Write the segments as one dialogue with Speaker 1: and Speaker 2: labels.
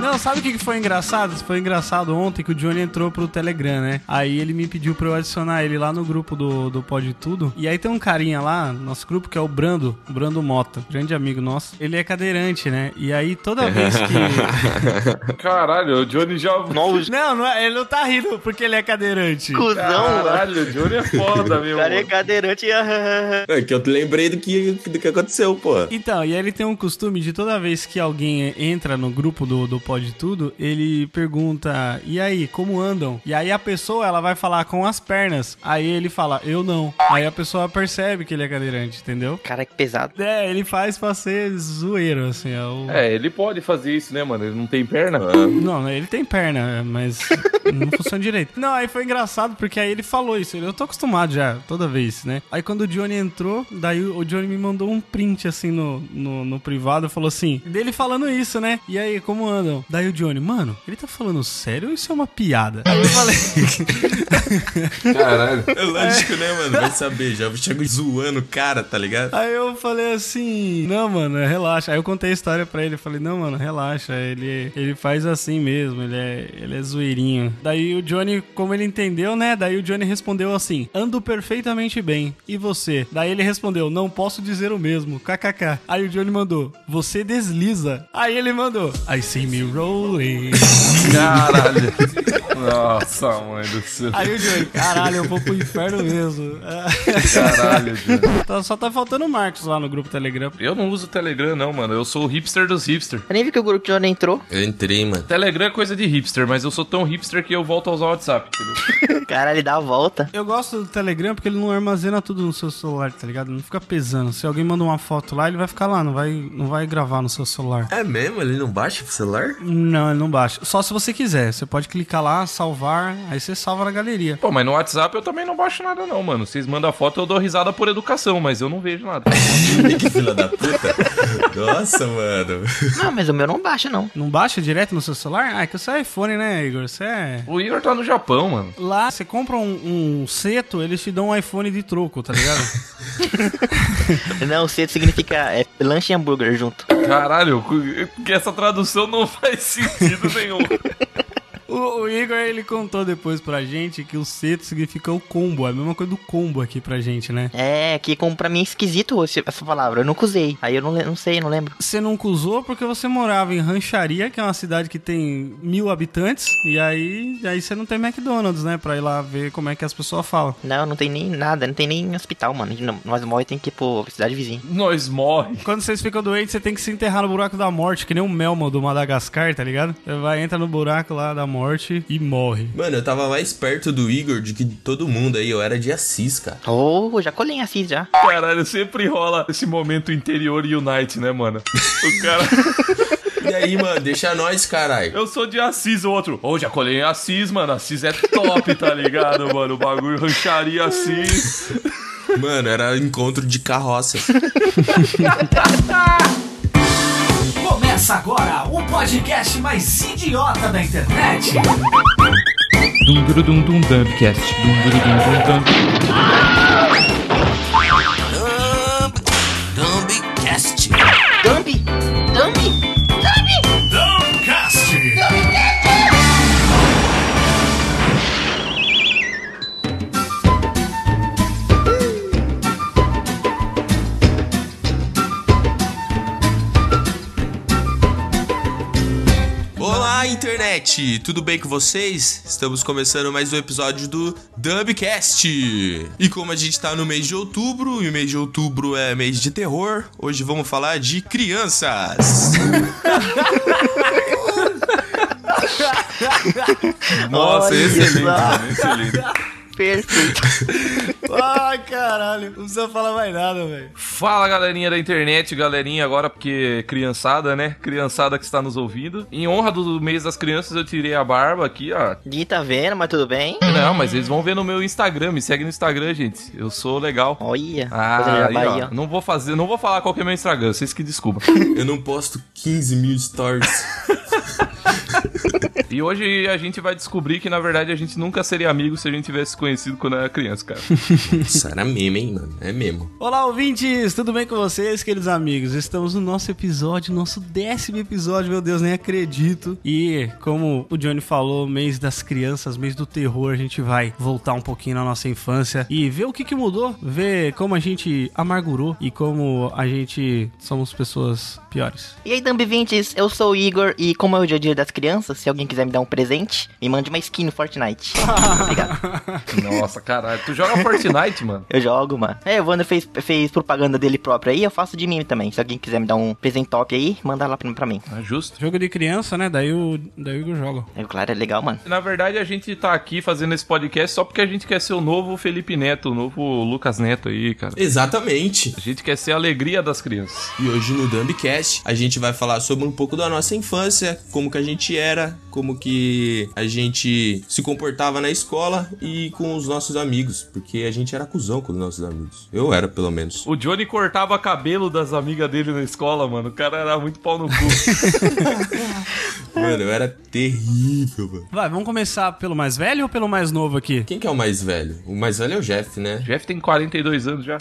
Speaker 1: Não, sabe o que que foi engraçado? Foi engraçado ontem que o Johnny entrou pro Telegram, né? Aí ele me pediu pra eu adicionar ele lá no grupo do, do Pode Tudo. E aí tem um carinha lá, no nosso grupo, que é o Brando, o Brando Mota, grande amigo nosso. Ele é cadeirante, né? E aí toda vez que.
Speaker 2: Caralho, o Johnny já.
Speaker 3: Novos
Speaker 1: não, não é- ele não tá rindo porque ele é cadeirante.
Speaker 3: cuzão, mano.
Speaker 2: Caralho, o Johnny é foda,
Speaker 3: O
Speaker 2: meu.
Speaker 3: cara é cadeirante e... ah,
Speaker 4: É que eu lembrei do que, do que aconteceu, pô.
Speaker 1: Então, e aí ele tem um costume de toda vez que alguém entra no grupo do, do Pode Tudo, ele pergunta, e aí, como andam? E aí a pessoa, ela vai falar com as pernas. Aí ele fala, eu não. Aí a pessoa percebe que ele é cadeirante, entendeu?
Speaker 3: Cara, que pesado.
Speaker 1: É, ele faz pra ser zoeiro, assim. É, o...
Speaker 2: É, ele pode fazer isso, né, mano? Ele não tem perna.
Speaker 1: Não, ele tem perna, mas não funciona direito. Não, aí foi engraçado, porque aí ele falou isso. Eu tô acostumado já, toda vez, né? Aí quando o Johnny entrou, daí o Johnny me mandou um print, assim, no, no, no privado, falou assim, dele falando isso, né? E aí, como andam? Daí o Johnny, mano, ele tá falando sério ou isso é uma piada? Aí eu falei,
Speaker 2: Caralho.
Speaker 4: É lógico, né, mano? Vai saber, já chego zoando o cara, tá ligado?
Speaker 1: aí eu falei assim, não, mano, relaxa. Aí eu contei a história pra ele, eu falei, não, mano, relaxa, ele, ele faz assim mesmo, ele é, ele é zoeirinho. Daí o Johnny, como ele entendeu, né, daí o Johnny respondeu assim, ando perfeitamente bem, e você? Daí ele respondeu, não posso dizer o mesmo, kkk. Aí o Johnny mandou, você desliza. Aí ele mandou, I see me rolling.
Speaker 2: Caralho. Nossa, mãe do céu.
Speaker 1: Aí o Johnny, caralho, eu vou pro inferno mesmo.
Speaker 2: Caralho, Johnny.
Speaker 1: Tá- Só tá faltando o Marcos lá no grupo Telegram.
Speaker 2: Eu não uso Telegram, não, mano. Eu sou o hipster dos hipsters.
Speaker 3: Eu nem vi que o grupo Johnny entrou.
Speaker 4: Eu entrei, mano.
Speaker 2: Telegram é coisa de hipster, mas eu sou tão hipster que eu volto a usar o WhatsApp. entendeu?
Speaker 3: Cara, ele dá a volta.
Speaker 1: Eu gosto do Telegram porque ele não armazena tudo no seu celular, tá ligado? Não fica pesando. Se alguém manda uma foto lá, ele vai ficar lá, não vai, não vai gravar no seu celular.
Speaker 4: É mesmo? Ele não baixa pro celular?
Speaker 1: Não, ele não baixa. Só se você quiser. Você pode clicar lá, salvar, aí você salva na galeria.
Speaker 2: Pô, mas no WhatsApp eu também não baixo nada, não, mano. Vocês mandam foto, eu dou risada por educação, mas eu não vejo nada.
Speaker 4: que fila da puta. Nossa, mano.
Speaker 3: Não, mas o meu não baixa, não.
Speaker 1: Não baixa direto no seu celular? Ah, é que você é iPhone, né, Igor? Você é.
Speaker 2: O Igor tá no Japão, mano.
Speaker 1: Lá, você compra um, um seto, eles te dão um iPhone de troco, tá ligado?
Speaker 3: Não, cedo significa é, lanche e hambúrguer junto.
Speaker 2: Caralho, cu- que essa tradução não faz sentido nenhum.
Speaker 1: O, o Igor, ele contou depois pra gente que o seto significa o combo. É a mesma coisa do combo aqui pra gente, né?
Speaker 3: É, que como pra mim é esquisito esse- essa palavra. Eu nunca usei. Aí eu não, le- não sei, não lembro.
Speaker 1: Você nunca usou porque você morava em Rancharia, que é uma cidade que tem mil habitantes, e aí, aí você não tem McDonald's, né? Pra ir lá ver como é que as pessoas falam.
Speaker 3: Não, não tem nem nada, não tem nem hospital, mano. Não, nós morre tem que ir pro cidade vizinha.
Speaker 2: Nós morre.
Speaker 1: Quando vocês ficam doentes, você tem que se enterrar no buraco da morte, que nem o Melmo do Madagascar, tá ligado? Você vai, entra no buraco lá da morte e morre.
Speaker 4: Mano, eu tava mais perto do Igor do que de todo mundo aí. Eu era de Assis, cara.
Speaker 3: Oh, já colei em Assis já.
Speaker 2: Caralho, sempre rola esse momento interior Unite, né, mano? O cara.
Speaker 4: E aí, mano, deixa nós, caralho.
Speaker 2: Eu sou de Assis, o outro. Ô, já colhei em Assis, mano. Assis é top, tá ligado, mano? O bagulho rancharia Assis.
Speaker 4: Mano, era encontro de carroça.
Speaker 5: Começa agora o podcast mais idiota da internet.
Speaker 2: Dum dum dum dumpcast. Dum dum dum dump.
Speaker 5: Dumbcast.
Speaker 3: Dumbi! Dumbi!
Speaker 5: Dumbcast.
Speaker 4: Olá, internet! Tudo bem com vocês? Estamos começando mais um episódio do Dubcast. E como a gente tá no mês de outubro, e o mês de outubro é mês de terror, hoje vamos falar de crianças.
Speaker 2: Nossa,
Speaker 3: Olha
Speaker 2: excelente,
Speaker 3: lá.
Speaker 2: mano. Excelente.
Speaker 3: Perfeito.
Speaker 1: Ai, caralho. Não precisa falar mais nada, velho.
Speaker 2: Fala, galerinha da internet, galerinha agora, porque criançada, né? Criançada que está nos ouvindo. Em honra do mês das crianças, eu tirei a barba aqui, ó.
Speaker 3: Gui tá vendo, mas tudo bem?
Speaker 2: Não, mas eles vão ver no meu Instagram. Me segue no Instagram, gente. Eu sou legal.
Speaker 3: Olha, fazendo
Speaker 2: Ah, aí,
Speaker 3: jabá aí,
Speaker 2: ó. não vou fazer, não vou falar qual que é meu Instagram, vocês que desculpam.
Speaker 4: Eu não posto 15 mil stories.
Speaker 2: E hoje a gente vai descobrir que, na verdade, a gente nunca seria amigo se a gente tivesse conhecido quando era criança, cara.
Speaker 4: Isso era meme, hein, mano? É mesmo.
Speaker 1: Olá, ouvintes! Tudo bem com vocês, queridos amigos? Estamos no nosso episódio, nosso décimo episódio, meu Deus, nem acredito. E, como o Johnny falou, mês das crianças, mês do terror, a gente vai voltar um pouquinho na nossa infância e ver o que, que mudou, ver como a gente amargurou e como a gente somos pessoas piores.
Speaker 3: E aí, Dambivintes, eu sou o Igor e como é hoje o dia das crianças, se alguém quiser me dar um presente, me mande uma skin no Fortnite. Obrigado.
Speaker 2: Nossa, caralho. Tu joga Fortnite, mano?
Speaker 3: Eu jogo, mano. É, o Wander fez, fez propaganda dele próprio aí, eu faço de mim também. Se alguém quiser me dar um presente top aí, manda lá pra, pra mim.
Speaker 2: É justo.
Speaker 1: Jogo de criança, né? Daí o, daí o Igor joga.
Speaker 3: É, claro, é legal, mano.
Speaker 2: Na verdade, a gente tá aqui fazendo esse podcast só porque a gente quer ser o novo Felipe Neto, o novo Lucas Neto aí, cara.
Speaker 4: Exatamente.
Speaker 2: A gente quer ser a alegria das crianças.
Speaker 4: E hoje no Dumbcast a gente vai falar sobre um pouco da nossa infância, como que a gente era, como que a gente se comportava na escola e com os nossos amigos, porque a gente era cuzão com os nossos amigos. Eu era, pelo menos.
Speaker 2: O Johnny cortava cabelo das amigas dele na escola, mano. O cara era muito pau no cu.
Speaker 4: Mano, eu era terrível, mano.
Speaker 1: Vai, vamos começar pelo mais velho ou pelo mais novo aqui?
Speaker 4: Quem que é o mais velho? O mais velho é o Jeff, né?
Speaker 2: Jeff tem 42 anos já.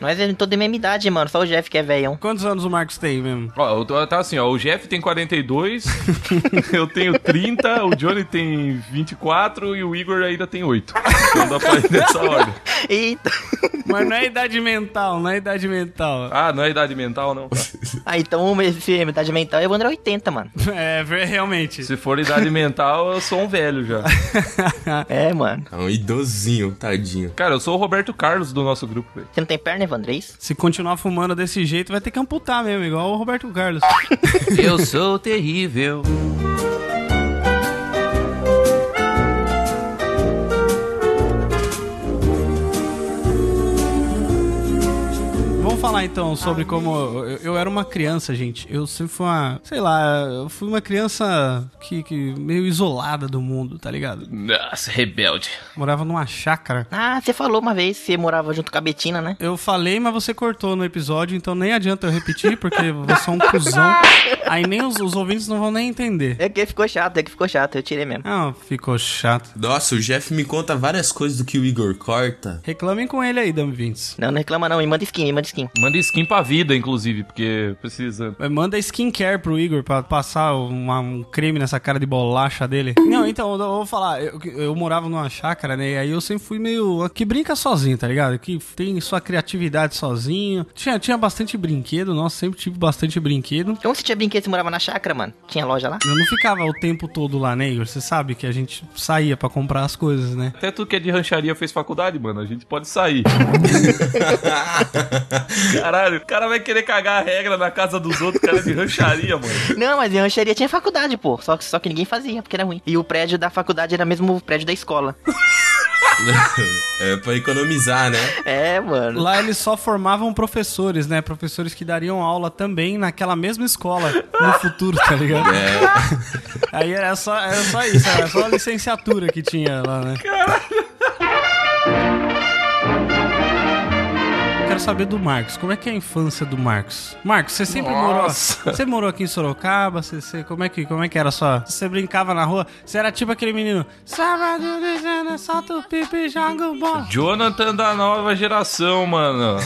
Speaker 3: Nós é toda a mesma idade, mano. Só o Jeff que é velhão.
Speaker 1: Quantos anos o Marcos tem mesmo?
Speaker 2: Ó, eu tô, tá assim, ó. O Jeff tem 42, eu tenho 30, o Johnny tem 24 e o Igor ainda tem 8. Então dá pra ir nessa ordem.
Speaker 3: Eita.
Speaker 1: Mas não é idade mental, não é idade mental.
Speaker 2: Ah, não é idade mental, não.
Speaker 3: Ah, então o esse metade mental é o Wander 80, mano.
Speaker 1: É, ver- realmente.
Speaker 2: Se for idade mental, eu sou um velho já.
Speaker 3: É, mano.
Speaker 4: É um idosinho, tadinho.
Speaker 2: Cara, eu sou o Roberto Carlos do nosso grupo, velho.
Speaker 3: Você não tem perna, Wander, é isso?
Speaker 1: Se continuar fumando desse jeito, vai ter que amputar mesmo, igual o Roberto Carlos.
Speaker 2: Eu sou terrível.
Speaker 1: Vamos falar então sobre como eu, eu era uma criança, gente. Eu sempre fui uma, sei lá, eu fui uma criança que, que meio isolada do mundo, tá ligado?
Speaker 2: Nossa, rebelde.
Speaker 1: Morava numa chácara.
Speaker 3: Ah, você falou uma vez, você morava junto com a Betina, né?
Speaker 1: Eu falei, mas você cortou no episódio, então nem adianta eu repetir, porque você é um cuzão. Aí nem os, os ouvintes não vão nem entender.
Speaker 3: É que ficou chato, é que ficou chato, eu tirei mesmo.
Speaker 1: Ah, ficou chato.
Speaker 4: Nossa, o Jeff me conta várias coisas do que o Igor corta.
Speaker 1: Reclamem com ele aí, Dami Vintes.
Speaker 3: Não, não reclama não, me manda skin, me manda skin.
Speaker 2: Manda skin pra vida, inclusive, porque precisa.
Speaker 1: Mas Manda skincare pro Igor pra passar uma- um creme nessa cara de bolacha dele. Não, então, eu vou falar, eu, eu morava numa chácara, né? E aí eu sempre fui meio. que brinca sozinho, tá ligado? Que tem sua criatividade sozinho. Tinha, tinha bastante brinquedo, nossa, sempre tive bastante brinquedo.
Speaker 3: Então você tinha brinquedo, você morava na chácara, mano? Tinha loja lá?
Speaker 1: Eu não ficava o tempo todo lá, né, Igor? Você sabe que a gente saía pra comprar as coisas, né?
Speaker 2: Até tu que é de rancharia fez faculdade, mano. A gente pode sair. Caralho, o cara vai querer cagar a regra na casa dos outros, cara é de rancharia, mano.
Speaker 3: Não, mas em rancheria tinha faculdade, pô. Só, que- só que ninguém fazia, porque era ruim. E o prédio da faculdade era mesmo o prédio da escola.
Speaker 4: é pra economizar, né?
Speaker 3: É, mano.
Speaker 1: Lá eles só formavam professores, né? Professores que dariam aula também naquela mesma escola no futuro, tá ligado? Aí era só, era só isso, era só a licenciatura que tinha lá, né? Quero saber do Marcos, como é que é a infância do Marcos? Marcos, você sempre morou,
Speaker 2: Nossa.
Speaker 1: você morou aqui em Sorocaba, você, você- como é que, como é que era só? Você brincava na rua, você era tipo aquele menino, sábado, dezena, solta o pipi, e joga o bola.
Speaker 2: Jonathan da nova geração, mano.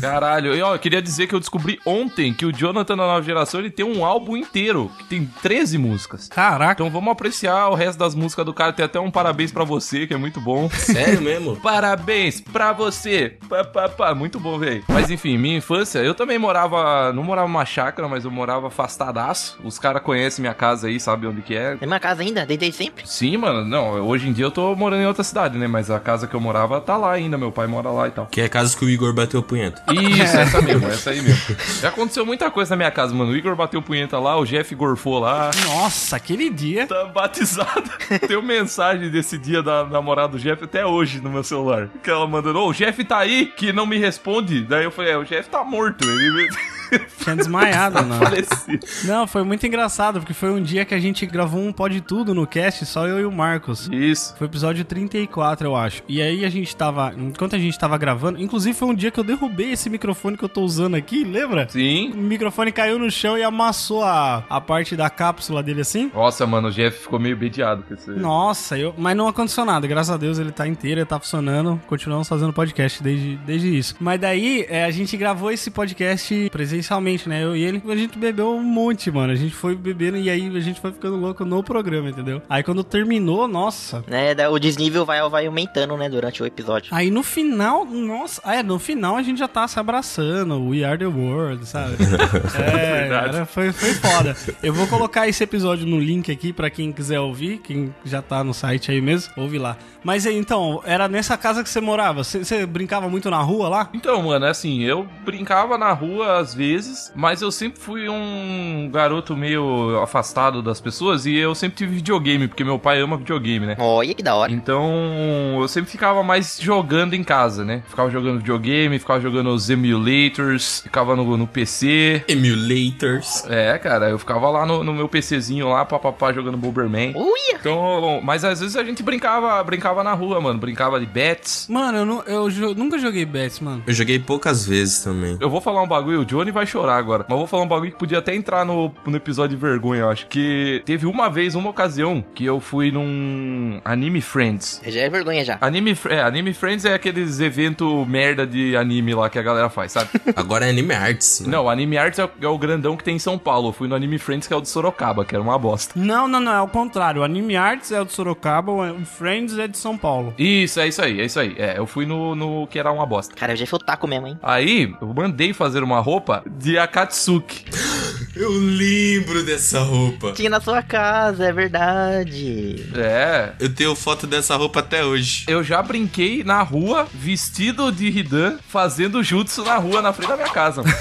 Speaker 2: Caralho. E ó, eu queria dizer que eu descobri ontem que o Jonathan da nova geração ele tem um álbum inteiro, que tem 13 músicas.
Speaker 1: Caraca.
Speaker 2: Então vamos apreciar o resto das músicas do cara. Tem até um parabéns pra você, que é muito bom.
Speaker 4: Sério mesmo?
Speaker 2: Parabéns pra você! Pá, pá, pá. Muito bom, velho. Mas enfim, minha infância, eu também morava. Não morava numa chácara, mas eu morava afastadaço. Os caras conhecem minha casa aí, sabem onde que é.
Speaker 3: Na minha casa ainda, desde sempre.
Speaker 2: Sim, mano, não. Hoje em dia eu tô morando em outra cidade, né? Mas a casa que eu morava tá lá ainda, meu pai mora lá e tal.
Speaker 4: Que é caso que o Igor bateu o punheta.
Speaker 2: Isso, essa mesmo, essa aí mesmo. Já aconteceu muita coisa na minha casa, mano. O Igor bateu punheta lá, o Jeff gorfou lá.
Speaker 1: Nossa, aquele dia.
Speaker 2: Tá batizado. Tenho mensagem desse dia da namorada do Jeff até hoje no meu celular. Que ela mandando, ô, o Jeff tá aí, que não me responde. Daí eu falei, é, o Jeff tá morto. Ele...
Speaker 1: Tinha desmaiado, não.
Speaker 2: Falecido.
Speaker 1: Não, foi muito engraçado, porque foi um dia que a gente gravou um pod tudo no cast, só eu e o Marcos.
Speaker 2: Isso.
Speaker 1: Foi o episódio 34, eu acho. E aí a gente tava. Enquanto a gente tava gravando, inclusive foi um dia que eu derrubei esse microfone que eu tô usando aqui, lembra? O
Speaker 2: Sim.
Speaker 1: microfone caiu no chão e amassou a, a parte da cápsula dele assim.
Speaker 2: Nossa, mano, o Jeff ficou meio bedeado com esse.
Speaker 1: Nossa, eu, mas não aconteceu nada. Graças a Deus ele tá inteiro, ele tá funcionando. Continuamos fazendo podcast desde, desde isso. Mas daí é, a gente gravou esse podcast presencialmente, né? Eu e ele. A gente bebeu um monte, mano. A gente foi bebendo e aí a gente foi ficando louco no programa, entendeu? Aí quando terminou, nossa.
Speaker 3: Né, da- o desnível vai, vai aumentando, né, durante o episódio.
Speaker 1: Aí no final, nossa, ah, é, no final a gente já tá se abraçando, We Are the World, sabe? é,
Speaker 2: Verdade.
Speaker 1: cara, foi, foi foda. Eu vou colocar esse episódio no link aqui pra quem quiser ouvir, quem já tá no site aí mesmo, ouve lá. Mas aí, então, era nessa casa que você morava? Você, você brincava muito na rua lá?
Speaker 2: Então, mano, é assim, eu brincava na rua às vezes, mas eu sempre fui um garoto meio afastado das pessoas e eu sempre tive videogame, porque meu pai ama videogame, né?
Speaker 3: Olha que da hora.
Speaker 2: Então, eu sempre ficava mais jogando em casa, né? Ficava jogando videogame, ficava jogando os emulators, ficava no, no PC.
Speaker 4: Emulators.
Speaker 2: É, cara, eu ficava lá no, no meu PCzinho lá, papapá, jogando Bomberman.
Speaker 3: Uia!
Speaker 2: Então, mas às vezes a gente brincava, brincava na rua, mano, brincava de bets.
Speaker 1: Mano, eu, nu- eu jo- nunca joguei Bets, mano.
Speaker 4: Eu joguei poucas vezes também.
Speaker 2: Eu vou falar um bagulho, o Johnny vai chorar agora, mas eu vou falar um bagulho que podia até entrar no, no episódio de vergonha, eu acho. Que teve uma vez, uma ocasião, que eu fui num Anime Friends.
Speaker 3: Já é vergonha já.
Speaker 2: Anime, Fr- é, Anime Friends é aqueles eventos merda de anime lá que a galera faz, sabe?
Speaker 4: Agora é Anime Arts. né?
Speaker 2: não, Anime Arts é o, é o grandão que tem em São Paulo. Eu fui no Anime Friends, que é o de Sorocaba, que era uma bosta.
Speaker 1: Não, não, não, é o contrário. O Anime Arts é o de Sorocaba, o Friends é de São Paulo.
Speaker 2: Isso, é isso aí, é isso aí. É, eu fui no, no que era uma bosta.
Speaker 3: Cara, eu já fui o taco mesmo, hein?
Speaker 2: Aí, eu mandei fazer uma roupa de Akatsuki.
Speaker 4: Eu lembro dessa roupa.
Speaker 3: Tinha na sua casa, é verdade.
Speaker 2: É.
Speaker 4: Eu tenho foto dessa roupa até hoje.
Speaker 2: Eu já brinquei na rua, vestido de Hidan, fazendo jutsu na rua, na frente da minha casa. mano.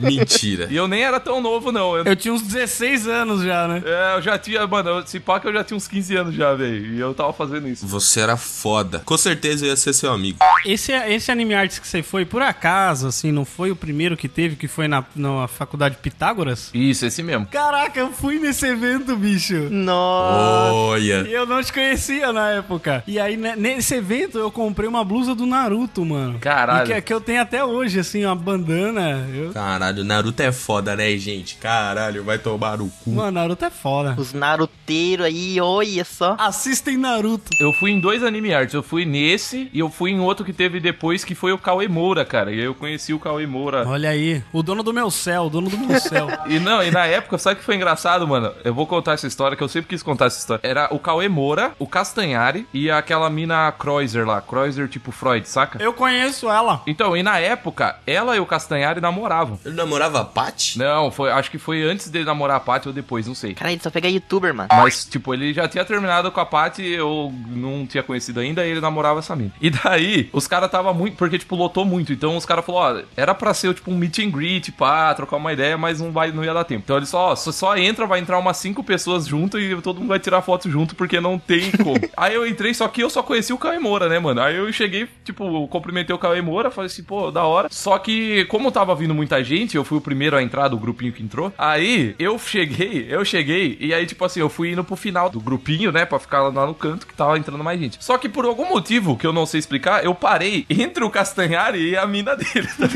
Speaker 4: Mentira.
Speaker 2: E eu nem era tão novo, não. Eu,
Speaker 1: Eu tinha uns 16 anos já, né?
Speaker 2: é, eu já tinha, mano, eu- se pá que eu já tinha uns 15 anos já, velho. E eu tava fazendo isso.
Speaker 4: Você era foda. Com certeza eu ia ser seu amigo.
Speaker 1: Esse, esse anime arts que você foi, por acaso, assim, não foi o primeiro que teve, que foi na, na faculdade Pitágoras?
Speaker 2: Isso, esse mesmo.
Speaker 1: Caraca, eu fui nesse evento, bicho.
Speaker 3: Nossa!
Speaker 4: Olha.
Speaker 1: E eu não te conhecia na época. E aí, né, nesse evento, eu comprei uma blusa do Naruto, mano.
Speaker 2: Caralho.
Speaker 1: E Que, que eu tenho até hoje, assim, uma bandana. Eu...
Speaker 4: Caralho, Naruto é foda, né, gente? Caralho, vai tomar no cu.
Speaker 1: Mano, Naruto é foda.
Speaker 3: Os naruteiros aí, olha só.
Speaker 1: Assistem Naruto.
Speaker 2: Eu fui em dois anime arts. Eu fui nesse e eu fui em outro que teve depois, que foi o Cauê Moura, cara. E aí eu conheci o Cauê Moura.
Speaker 1: Olha aí, o dono do meu céu, o dono do meu céu.
Speaker 2: E não, e na época, sabe o que foi engraçado, mano? Eu vou contar essa história, que eu sempre quis contar essa história. Era o Cauê Moura, o Castanhari e aquela mina Kreuzer lá. Kreuzer tipo Freud, saca?
Speaker 1: Eu conheço ela.
Speaker 2: Então, e na época, ela e o Castanhari namoravam.
Speaker 4: Ele namorava a Paty?
Speaker 2: Não, foi, acho que foi antes dele namorar a Paty ou depois, não sei.
Speaker 3: Cara, ele só pega youtuber, mano.
Speaker 2: Mas, tipo, ele já tinha terminado com a Paty, eu não tinha conhecido ainda, e ele namorava essa mina. E daí, os caras tava muito. Porque, tipo, lotou muito. Então os caras falaram, ó, era pra ser, tipo, um meet and greet, pá, trocar uma ideia, mas não, vai, não ia dar tempo. Então ele só, ó, só, só entra, vai entrar umas cinco pessoas junto e todo mundo vai tirar foto junto, porque não tem como. aí eu entrei, só que eu só conheci o Cauê Moura, né, mano? Aí eu cheguei, tipo, cumprimentei o Cauê Moura, falei assim, pô, da hora. Só que, como tava vindo muita gente, eu fui o primeiro a entrar do grupinho que entrou. Aí eu cheguei, eu cheguei, e aí, tipo assim, eu fui indo pro final do grupinho, né? Pra ficar lá no canto que tava entrando mais gente. Só que por algum motivo que eu não sei explicar, eu parei entre o Castanhari e a mina dele. Tá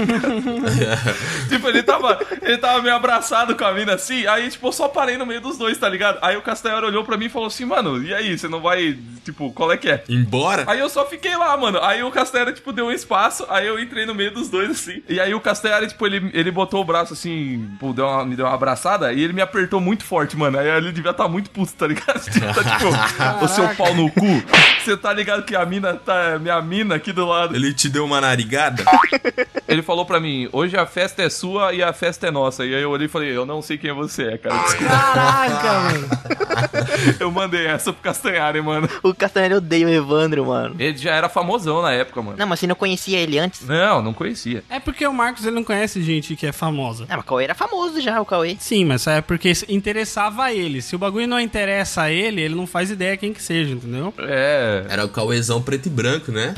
Speaker 2: ligado? tipo, ele tava, ele tava meio abraçado com a mina assim, aí, tipo, eu só parei no meio dos dois, tá ligado? Aí o Castanhari olhou pra mim e falou assim, mano, e aí, você não vai, tipo, qual é que é?
Speaker 4: Embora?
Speaker 2: Aí eu só fiquei lá, mano. Aí o Castanhari, tipo, deu um espaço. Aí eu entrei no meio dos dois, assim. E aí o Castanhari, tipo, ele, ele botou o braço assim, pô, deu uma- me deu uma abraçada. E ele me apertou muito forte, mano. Aí ele devia estar muito puto, tá ligado? Tipo, tá, tipo, o seu pau no cu. Você tá ligado que a mina tá. Minha mina aqui do lado.
Speaker 4: Ele te deu uma narigada?
Speaker 2: Ele falou pra mim: hoje a festa é sua e a festa é nossa. E aí eu olhei e falei: falei, eu não sei quem você é, cara. Desculpa.
Speaker 1: Caraca, mano.
Speaker 2: Eu mandei essa pro Castanhari, mano.
Speaker 3: O Castanheira odeia o Evandro, mano.
Speaker 2: Ele já era famosão na época, mano.
Speaker 3: Não, mas você não conhecia ele antes?
Speaker 2: Não, não conhecia.
Speaker 1: É porque o Marcos ele não conhece gente que é famosa.
Speaker 3: Ah, mas o Cauê era famoso já, o Cauê.
Speaker 1: Sim, mas é porque isso interessava a ele. Se o bagulho não interessa a ele, ele não faz ideia quem que seja, entendeu?
Speaker 2: É.
Speaker 4: Era o Cauezão preto e branco, né?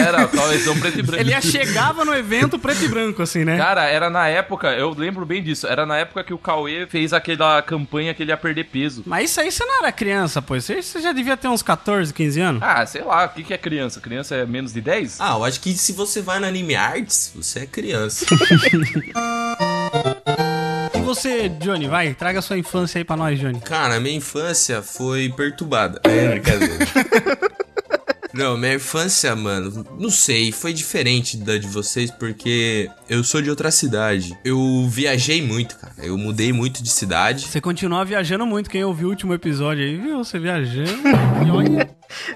Speaker 2: Era talvez preto e branco.
Speaker 1: Ele ia- chegava no evento preto e branco, assim, né?
Speaker 2: Cara, era na época, eu lembro bem disso, era na época que o Cauê fez aquela campanha que ele ia perder peso.
Speaker 1: Mas isso aí você não era criança, pô. Isso aí você já devia ter uns 14, 15 anos.
Speaker 2: Ah, sei lá, o que, que é criança? Criança é menos de 10?
Speaker 4: Ah, eu acho que se você vai no Anime Arts, você é criança.
Speaker 1: E você, Johnny, vai, traga sua infância aí pra nós, Johnny.
Speaker 4: Cara, minha infância foi perturbada. É, brincadeira. Não, minha infância, mano, não sei, foi diferente da de vocês porque eu sou de outra cidade. Eu viajei muito, cara. Eu mudei muito de cidade.
Speaker 1: Você continua viajando muito. Quem ouviu o último episódio aí, viu? Você viajando. E olha.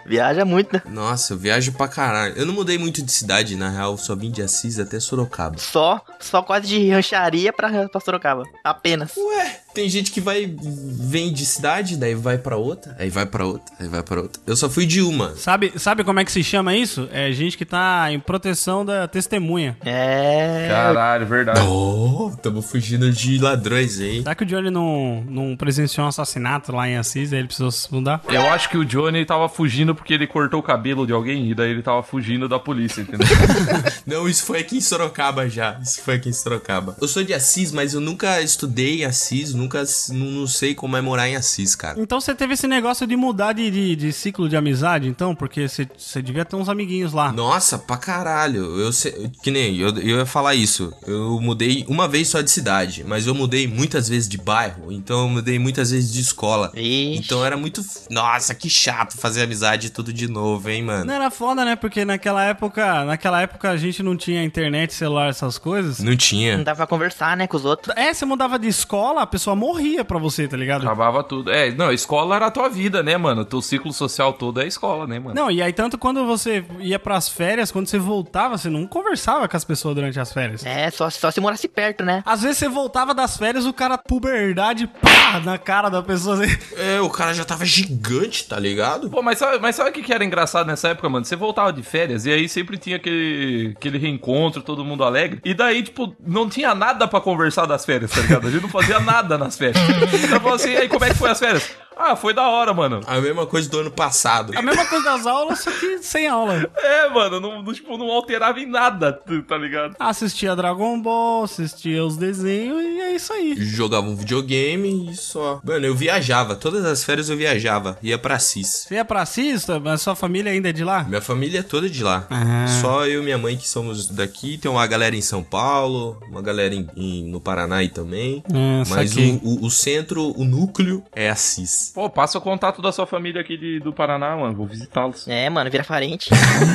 Speaker 3: Viaja muito, né?
Speaker 4: Nossa, eu viajo pra caralho. Eu não mudei muito de cidade, na real, eu só vim de Assis até Sorocaba.
Speaker 3: Só, só quase de rancharia pra, pra Sorocaba. Apenas.
Speaker 4: Ué, tem gente que vai vem de cidade, daí vai pra outra, aí vai pra outra, aí vai pra outra. Eu só fui de uma.
Speaker 1: Sabe, sabe como é que se chama isso? É gente que tá em proteção da testemunha.
Speaker 3: É.
Speaker 2: Caralho, verdade.
Speaker 4: Oh, tamo fugindo de ladrões, hein?
Speaker 1: Será que o Johnny não, não presenciou um assassinato lá em Assis e ele precisou se mudar?
Speaker 2: Eu acho que o Johnny tava fugindo porque ele cortou o cabelo de alguém e daí ele tava fugindo da polícia, entendeu?
Speaker 4: Não, isso foi aqui em Sorocaba já. Isso foi aqui em Sorocaba. Eu sou de Assis, mas eu nunca estudei em Assis, nunca s- não, não sei como é morar em Assis, cara.
Speaker 1: Então você teve esse negócio de mudar de, de, de ciclo de amizade, então? Porque você, você devia ter uns amiguinhos lá.
Speaker 4: Nossa, pra caralho. Eu sei, que nem eu, eu ia falar isso. Eu mudei uma vez só de cidade, mas eu mudei muitas vezes de bairro, então eu mudei muitas vezes de escola.
Speaker 3: Ixi.
Speaker 4: Então era muito. f- Nossa, que chato fazer amizade tudo de novo, hein, mano?
Speaker 1: Não era foda, né? Porque naquela época, naquela época a gente não tinha internet, celular, essas coisas.
Speaker 4: Não tinha.
Speaker 3: Não dá pra conversar, né, com os outros.
Speaker 1: É, você mudava de escola, a pessoa morria pra você, tá ligado?
Speaker 2: Acabava tudo. É, não, escola era a tua vida, né, mano? Teu ciclo social todo é escola, né, mano?
Speaker 1: Não, e aí tanto quando você ia pras férias, quando você voltava, você não conversava com as pessoas durante as férias.
Speaker 3: É, só, só se morasse perto, né?
Speaker 1: Às vezes você voltava das férias, o cara puberdade, pá, na cara da pessoa. assim.
Speaker 4: É, o cara já tava gigante, tá ligado?
Speaker 2: Pô, mas sabe, mas sabe o que que era engraçado nessa época, mano? Você voltava de férias e aí sempre tinha aquele, aquele reencontro, todo mundo alegre. E daí, tipo, não tinha nada pra conversar das férias, tá ligado? A gente não fazia nada nas férias. Então falou assim, e aí, como é que foi as férias? Ah, foi da hora, mano.
Speaker 4: A mesma coisa do ano passado.
Speaker 1: A mesma coisa das aulas, só que sem aula.
Speaker 2: É, mano, não, não, tipo, não alterava em nada, tu- tá ligado?
Speaker 1: Assistia Dragon Ball, assistia os desenhos e é isso aí.
Speaker 4: Jogava um videogame e só. Mano, eu viajava. Todas as férias eu viajava. Ia pra Assis.
Speaker 1: Você ia pra Cista, mas sua família ainda é de lá?
Speaker 4: Minha família é toda de lá.
Speaker 1: Ah.
Speaker 4: Só eu e minha mãe que somos daqui. Tem uma galera em São Paulo, uma galera em- em- no Paraná aí também.
Speaker 1: Ah,
Speaker 4: Mas
Speaker 1: saquei.
Speaker 4: o, o- o centro, o núcleo é Assis.
Speaker 2: Pô, passa o contato da sua família aqui de- do Paraná, mano. Vou visitá-los.
Speaker 3: É, mano, vira parente.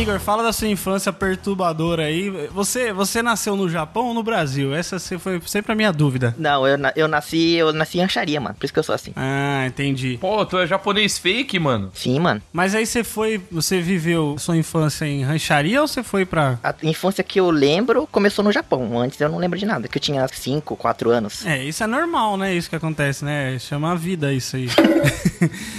Speaker 1: Igor, fala da sua infância perturbadora aí. Você, você nasceu no Japão ou no Brasil? Essa se- foi sempre a minha dúvida.
Speaker 3: Não, eu, na- eu nasci, eu nasci em rancharia, mano. Por isso que eu sou assim.
Speaker 1: Ah, entendi.
Speaker 2: Pô, tu é japonês fake, mano.
Speaker 3: Sim, mano.
Speaker 1: Mas aí você foi, você viveu sua infância em rancharia ou você foi pra...
Speaker 3: A infância que eu lembro começou no Japão. Antes eu não lembro de nada, que eu tinha 5, 4 anos.
Speaker 1: É, isso é normal, né? Isso que acontece, né? Chama a vida isso aí.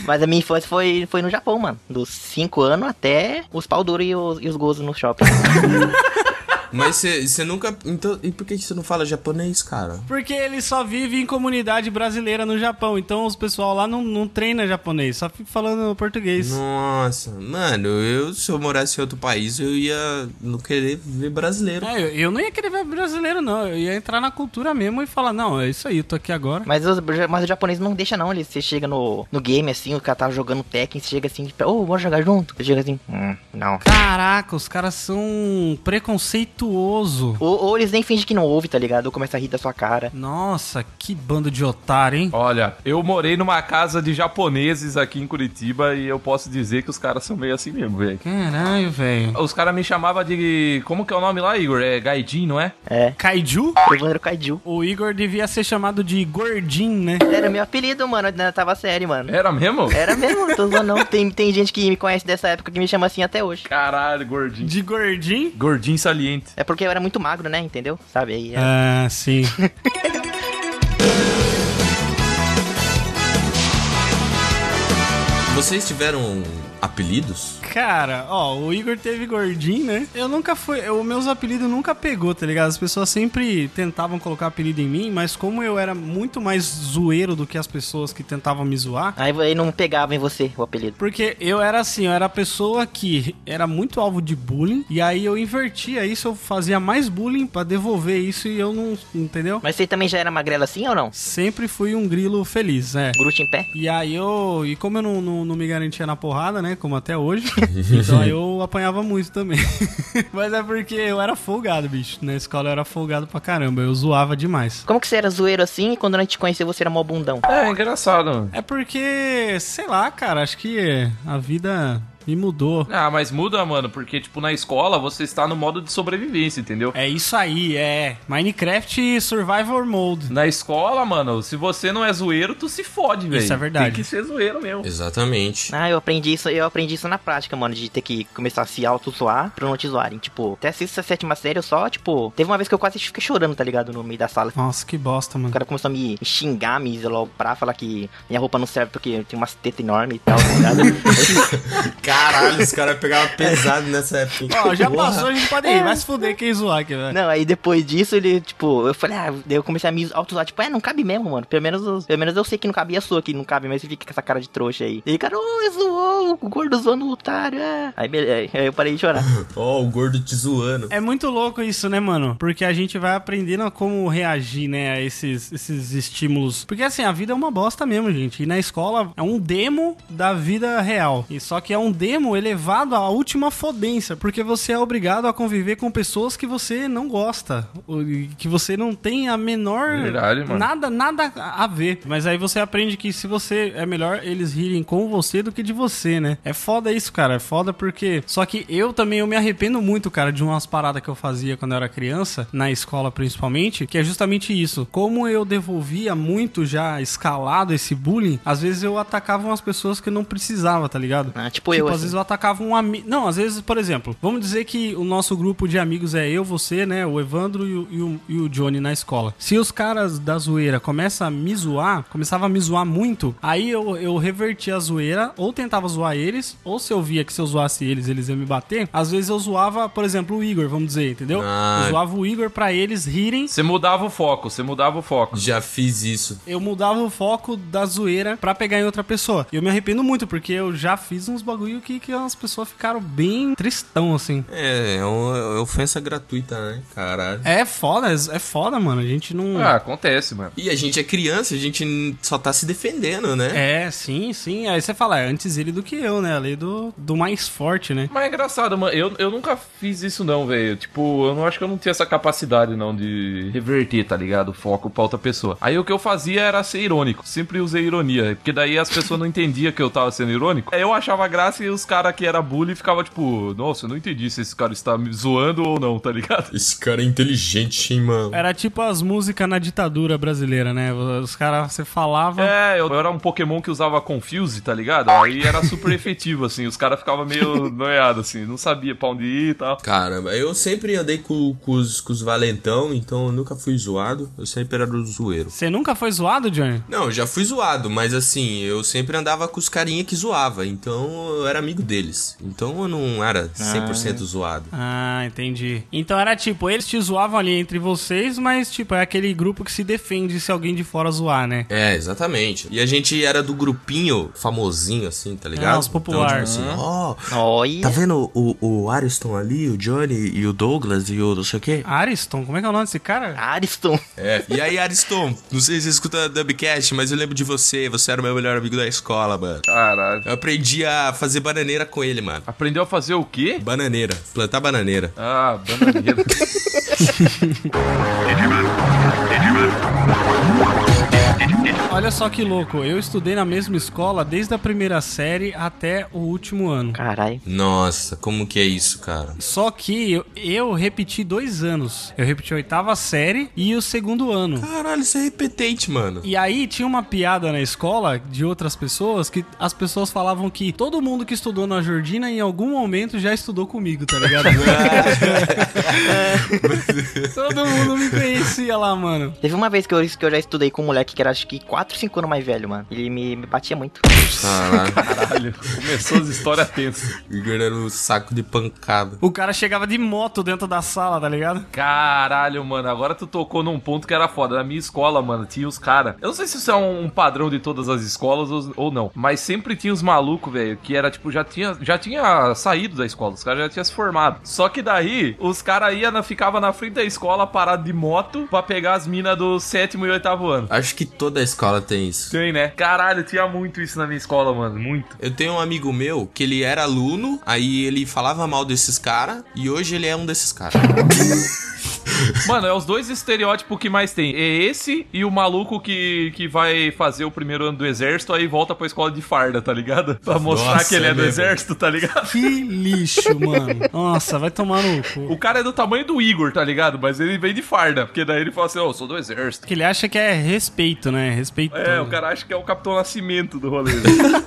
Speaker 3: Mas a minha infância foi, foi no Japão, mano. Dos 5 anos até os pau duro e os, e os gozos no shopping.
Speaker 4: Mas você nunca. Então, e por que você não fala japonês, cara?
Speaker 1: Porque ele só vive em comunidade brasileira no Japão, então os pessoal lá não, não treina japonês, só fica falando português.
Speaker 4: Nossa, mano, eu se eu morasse em outro país, eu ia não querer ver brasileiro.
Speaker 1: É, eu, eu não ia querer ver brasileiro, não. Eu ia entrar na cultura mesmo e falar, não, é isso aí, eu tô aqui agora.
Speaker 3: Mas, os, mas o japonês não deixa, não. Ele, você chega no, no game assim, o cara tá jogando Tekken, você chega tipo, assim, ô, bora jogar junto? Você chega assim, hum, não.
Speaker 1: Caraca, os caras são preconceituoso.
Speaker 3: Ou, ou eles nem fingem que não ouve, tá ligado? Ou começa a rir da sua cara.
Speaker 1: Nossa, que bando de otário, hein?
Speaker 2: Olha, eu morei numa casa de japoneses aqui em Curitiba e eu posso dizer que os caras são meio assim mesmo, velho.
Speaker 1: Caralho, velho.
Speaker 2: Os caras me chamavam de. Como que é o nome lá, Igor? É Gaidin, não é?
Speaker 3: É.
Speaker 1: Kaiju?
Speaker 3: Evandro Kaiju.
Speaker 1: O Igor devia ser chamado de Gordinho, né?
Speaker 3: Era meu apelido, mano. Eu tava sério, mano.
Speaker 2: Era mesmo?
Speaker 3: Era mesmo, tô zoando. não. Tem, tem gente que me conhece dessa época que me chama assim até hoje.
Speaker 2: Caralho, gordinho.
Speaker 1: De Gordinho?
Speaker 2: Gordinho saliente.
Speaker 3: É porque eu era muito magro, né? Entendeu? Sabe? Aí, é.
Speaker 1: Ah, sim. É.
Speaker 4: Vocês tiveram apelidos?
Speaker 1: Cara, ó, o Igor teve gordinho, né? Eu nunca fui. eu- Os meus apelidos nunca pegou, tá ligado? As pessoas sempre tentavam colocar apelido em mim, mas como eu era muito mais zoeiro do que as pessoas que tentavam me zoar.
Speaker 3: Aí vo- aí não pegava em você o apelido.
Speaker 1: Porque eu era assim, eu era a pessoa que era muito alvo de bullying, e aí eu invertia isso, eu fazia mais bullying pra devolver isso e eu não. Entendeu?
Speaker 3: Mas você também já era magrelo assim ou não?
Speaker 1: Sempre fui um grilo feliz, é.
Speaker 3: Gruta em pé?
Speaker 1: E aí eu. E como eu não, não, não me garantia na porrada, né? Como até hoje. então aí eu apanhava muito também. Mas é porque eu era folgado, bicho. Na escola eu era folgado pra caramba. Eu zoava demais.
Speaker 3: Como que você era zoeiro assim e quando a gente conheceu você era mó bundão?
Speaker 2: É, engraçado.
Speaker 1: É porque, sei lá, cara, acho que a vida me mudou.
Speaker 2: Ah, mas muda, mano, porque, tipo, na escola você está no modo de sobrevivência, entendeu?
Speaker 1: É isso aí, é. Minecraft Survivor Mode.
Speaker 2: Na escola, mano, se você não é zoeiro, tu se fode, velho.
Speaker 1: é verdade.
Speaker 2: Tem que ser zoeiro mesmo.
Speaker 4: Exatamente.
Speaker 3: Ah, eu aprendi isso, eu aprendi isso na prática, mano, de ter que começar a se auto-zoar pra não te zoarem. Tipo, até sexta, sétima série eu só, tipo, teve uma vez que eu quase fiquei chorando, tá ligado? No meio da sala.
Speaker 1: Nossa, que bosta,
Speaker 3: O
Speaker 1: mano.
Speaker 3: cara começou a me xingar, me pra falar que minha roupa não serve porque eu tenho umas tetas enormes e tal, tá ligado?
Speaker 4: Caralho, os caras pegavam pesado nessa época.
Speaker 1: Ó, já
Speaker 4: Porra.
Speaker 1: passou, a gente pode ir. Vai se fuder quem zoar aqui, velho.
Speaker 3: não, aí depois disso ele, tipo, eu falei, ah, daí eu comecei a me auto-zoar, tipo, é, não cabe mesmo, mano. Pelo menos, pelo menos eu sei que não cabia a sua aqui, não cabe, mas você fica com essa cara de trouxa aí. E ele, cara, ô, é zoou, o gordo zoando o otário, é. Aí, beleza, aí eu parei de chorar.
Speaker 4: Ó, o gordo te zoando.
Speaker 1: É muito louco isso, né, mano? Porque a gente vai aprendendo a como reagir, né, a esses, esses estímulos. Porque assim, a vida é uma bosta mesmo, gente. E na escola é um demo da vida real. E só que é um demo elevado à última fodência, porque você é obrigado a conviver com pessoas que você não gosta, ou- e que você não tem a menor
Speaker 2: Verdade, mano.
Speaker 1: nada nada a ver. Mas aí você aprende que se você é melhor eles rirem com você do que de você, né? É foda isso, cara. É foda porque. Só que eu também eu me arrependo muito, cara, de umas paradas que eu fazia quando eu era criança, na escola principalmente, que é justamente isso. Como eu devolvia muito já escalado esse bullying, às vezes eu atacava umas pessoas que eu não precisava, tá ligado?
Speaker 3: Ah, tipo eu,
Speaker 1: às
Speaker 3: assim.
Speaker 1: vezes eu atacava um amigo. Não, às vezes, por exemplo, vamos dizer que o nosso grupo de amigos é eu, você, né? O Evandro e o, e o- e o Johnny na escola. Se os caras da zoeira começam a me zoar, começava a me zoar muito, aí eu, eu revertia a zoeira, ou tentava zoar eles, ou se eu via que se eu zoasse eles, eles iam me bater. Às vezes eu zoava, por exemplo, o Igor, vamos dizer, entendeu?
Speaker 4: Ah.
Speaker 1: Eu zoava o Igor pra eles rirem.
Speaker 2: Você mudava o foco, você mudava o foco.
Speaker 4: Já fiz isso.
Speaker 1: Eu mudava o foco da zoeira pra pegar em outra pessoa. E eu me arrependo muito, porque eu já fiz uns bagulho que, que as pessoas ficaram bem tristão, assim.
Speaker 4: É, é uma é ofensa gratuita, né? Caralho.
Speaker 1: É foda, é foda, mano. A gente não.
Speaker 2: Ah, acontece, mano.
Speaker 4: E a gente é criança, a gente n- só tá se defendendo, né?
Speaker 1: É, sim, sim. Aí você fala, é antes ele do que eu, né? A lei do, do mais forte, né?
Speaker 2: Mas é engraçado, mano. Eu, eu nunca fiz isso, não, velho. Tipo, eu não acho que eu não tinha essa capacidade, não, de reverter, tá ligado? O foco pra outra pessoa. Aí o que eu fazia era ser irônico. Sempre usei ironia. Porque daí as pessoas não entendiam que eu tava sendo irônico. Aí eu achava graça e os caras que era bullying ficavam tipo, nossa, eu não entendi se esse cara está me zoando ou não, tá ligado?
Speaker 4: Esse cara é inteligente, hein, mano.
Speaker 1: Era tipo as músicas na ditadura brasileira, né? Os caras, você falava.
Speaker 2: É, eu, eu era um Pokémon que usava Confuse, tá ligado? Aí era super efetivo, assim. Os caras ficavam meio noiados, assim. Não sabia pra onde ir e tal.
Speaker 4: Caramba, eu sempre andei com, com os, com os valentão, então eu nunca fui zoado. Eu sempre era do zoeiro.
Speaker 1: Você nunca foi zoado, Johnny?
Speaker 4: Não, eu já fui zoado, mas assim, eu sempre andava com os carinha que zoava, então eu era amigo deles. Então eu não era 100%
Speaker 1: né?
Speaker 4: zoado.
Speaker 1: Ah, entendi. Então era tipo, eles te zoavam ali entre vocês, mas tipo, é aquele grupo que se defende se alguém de fora zoar, né?
Speaker 4: É, exatamente. E a gente era do grupinho famosinho, assim, tá ligado?
Speaker 1: Ah, os popular.
Speaker 4: Então, tipo assim, ó,
Speaker 3: Olha.
Speaker 4: tá vendo o, o Ariston ali, o Johnny e o Douglas e o não sei o quê?
Speaker 1: Ariston, como é que é o nome desse cara?
Speaker 3: Ariston.
Speaker 4: É. E aí, Ariston, não sei se você escuta Dubcast, mas eu lembro de você, você era o meu melhor amigo da escola, mano.
Speaker 2: Caralho.
Speaker 4: Eu aprendi a fazer bananeira com ele, mano.
Speaker 2: Aprendeu a fazer o quê?
Speaker 4: Bananeira. Plantar bananeira.
Speaker 2: Ah, bananeira.
Speaker 1: Olha só que louco, eu estudei na mesma escola desde a primeira série até o último ano.
Speaker 3: Caralho.
Speaker 4: Nossa, como que é isso, cara?
Speaker 1: Só que eu, eu repeti dois anos. Eu repeti a oitava série e o segundo ano.
Speaker 4: Caralho, isso é repetente, mano.
Speaker 1: E aí tinha uma piada na escola de outras pessoas que as pessoas falavam que todo mundo que estudou na Jordina em algum momento já estudou comigo, tá ligado? todo mundo me conhecia lá, mano.
Speaker 3: Teve uma vez que eu, que eu já estudei com um moleque que era acho que 4, 5 anos mais velho, mano. Ele me, me batia muito.
Speaker 4: Caralho.
Speaker 2: Caralho, começou as histórias tensas.
Speaker 4: O Igor era um saco de pancada.
Speaker 1: O cara chegava de moto dentro da sala, tá ligado?
Speaker 2: Caralho, mano, agora tu tocou num ponto que era foda. Na minha escola, mano, tinha os caras. Eu não sei se isso é um padrão de todas as escolas ou, ou não, mas sempre tinha os malucos, velho, que era tipo, já tinha, já tinha saído da escola, os caras já tinham se formado. Só que daí, os caras iam, na- ficava na frente da escola parado de moto pra pegar as minas do sétimo e oitavo ano.
Speaker 4: Acho que toda escola tem isso.
Speaker 2: Tem, né? Caralho, tinha muito isso na minha escola, mano, muito.
Speaker 4: Eu tenho um amigo meu que ele era aluno, aí ele falava mal desses caras, e hoje ele é um desses caras.
Speaker 2: Mano, é os dois estereótipos que mais tem. É esse e o maluco que, que vai fazer o primeiro ano do exército, aí volta pra escola de farda, tá ligado? Pra mostrar
Speaker 4: Nossa,
Speaker 2: que ele é,
Speaker 4: é
Speaker 2: do
Speaker 4: mesmo.
Speaker 2: exército, tá ligado?
Speaker 1: Que lixo, mano. Nossa, vai tomar no cu.
Speaker 2: O cara é do tamanho do Igor, tá ligado? Mas ele vem de farda, porque daí ele fala assim, ó, eu sou do exército.
Speaker 1: Que ele acha que é respeito, né? Respeito.
Speaker 2: É, o cara acha que é o Capitão Nascimento do rolê. né?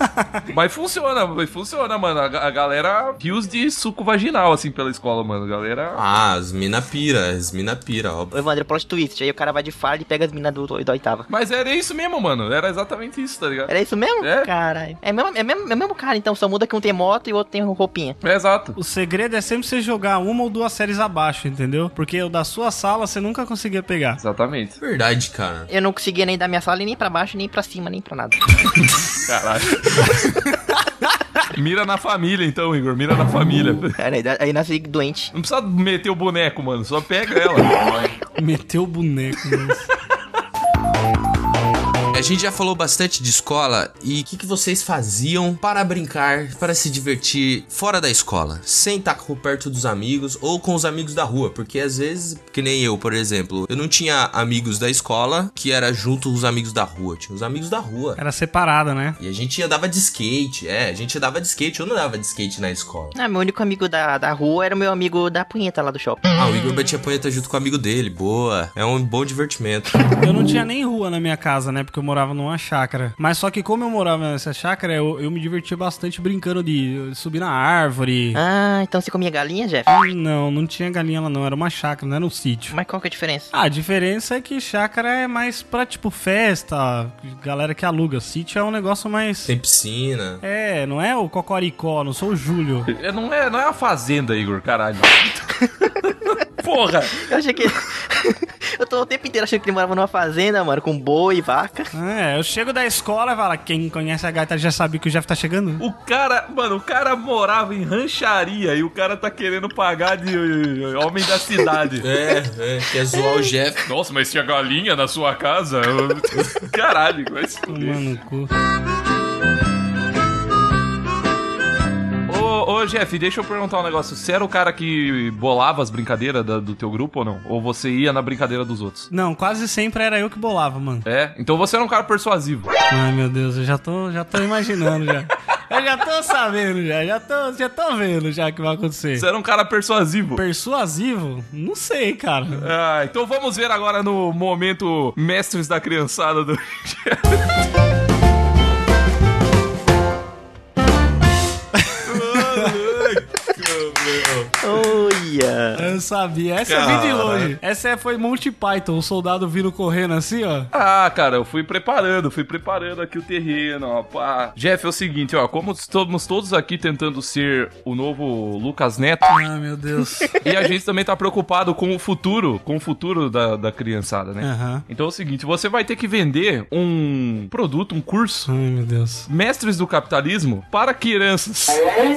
Speaker 2: mas funciona, mas funciona, mano. A, ga- a galera rios de suco vaginal, assim, pela escola, mano. A galera...
Speaker 4: Ah, as mina pira, as mina pira, ó. É
Speaker 3: O Evandro, plot twist. Aí o cara vai de farda e pega as minas do, do- da oitava.
Speaker 2: Mas era isso mesmo, mano. Era exatamente isso, tá ligado?
Speaker 3: Era isso mesmo?
Speaker 2: É.
Speaker 3: Caralho. É mesmo, é, mesmo, é mesmo cara, então. Só muda que um tem moto e o outro tem roupinha.
Speaker 2: É exato.
Speaker 1: O segredo é sempre você jogar uma ou duas séries abaixo, entendeu? Porque o da sua sala você nunca conseguia pegar.
Speaker 2: Exatamente.
Speaker 4: Verdade, cara.
Speaker 3: Eu não conseguia nem da minha sala, nem pra baixo, nem pra cima, nem pra nada.
Speaker 2: Caralho. Mira na família, então, Igor. Mira na família.
Speaker 3: Cara, É, né? aí, aí nasci doente.
Speaker 2: Não precisa meter o boneco, mano. Só pega ela.
Speaker 1: Meteu o boneco, né? mano.
Speaker 4: A gente já falou bastante de escola e o que, que vocês faziam para brincar, para se divertir fora da escola, sem estar com- perto dos amigos ou com os amigos da rua, porque às vezes, que nem eu, por exemplo, eu não tinha amigos da escola que era junto com os amigos da rua, tinha os amigos da rua.
Speaker 1: Era separada, né?
Speaker 4: E a gente andava de skate, é, a gente andava de skate, eu não andava de skate na escola.
Speaker 3: Ah, meu único amigo da, da rua era o meu amigo da punheta lá do shopping.
Speaker 4: Ah, o Igor batia punheta junto com o amigo dele, boa, é um bom divertimento.
Speaker 1: Eu não tinha nem rua na minha casa, né? Porque eu morava numa chácara. Mas só que como eu morava nessa chácara, eu, eu me divertia bastante brincando de subir na árvore.
Speaker 3: Ah, então você comia galinha, Jeff?
Speaker 1: Não, não tinha galinha lá não. Era uma chácara, não era um sítio.
Speaker 3: Mas qual que é a diferença?
Speaker 1: Ah, a diferença é que chácara é mais pra, tipo, festa, galera que aluga. Sítio é um negócio mais...
Speaker 4: Tem piscina.
Speaker 1: É, não é o Cocoricó, não sou o Júlio.
Speaker 2: É, não, é, não é a fazenda, Igor, caralho. Porra!
Speaker 3: Eu achei que. eu tô o tempo inteiro achando que ele morava numa fazenda, mano, com boi, vaca.
Speaker 1: É, eu chego da escola e falo, quem conhece a gaita já sabe que o Jeff tá chegando.
Speaker 2: O cara, mano, o cara morava em rancharia e o cara tá querendo pagar de eh, homem da cidade.
Speaker 4: É, é, quer zoar o Jeff.
Speaker 2: Nossa, mas tinha galinha na sua casa? Eu- Caralho, vai se fuder.
Speaker 1: Mano, cu.
Speaker 2: Ô, ô, Jeff, deixa eu perguntar um negócio. Você era o cara que bolava as brincadeiras da- do teu grupo ou não? Ou você ia na brincadeira dos outros?
Speaker 1: Não, quase sempre era eu que bolava, mano.
Speaker 2: É? Então você era um cara persuasivo.
Speaker 1: Ai, meu Deus, eu já tô, já tô imaginando já. Eu já tô sabendo já, já tô, já tô vendo já o que vai acontecer.
Speaker 2: Você era um cara persuasivo.
Speaker 1: Persuasivo? Não sei, cara.
Speaker 2: Ah, então vamos ver agora no momento mestres da criançada do
Speaker 3: Olha!
Speaker 1: Eu sabia. Essa eu vi de longe. Essa é- foi Monty Python, o soldado vindo correndo assim, ó.
Speaker 2: Ah, cara, eu fui preparando, fui preparando aqui o terreno, ó, pá. Jeff, é o seguinte, ó, como estamos todos aqui tentando ser o novo Lucas Neto,
Speaker 1: Ai, meu Deus.
Speaker 2: e a gente também tá preocupado com o futuro, com o futuro da, da criançada, né?
Speaker 1: Aham.
Speaker 2: Então é o seguinte, você vai ter que vender um produto, um curso,
Speaker 1: Ai, meu Deus.
Speaker 2: Mestres do Capitalismo, para crianças.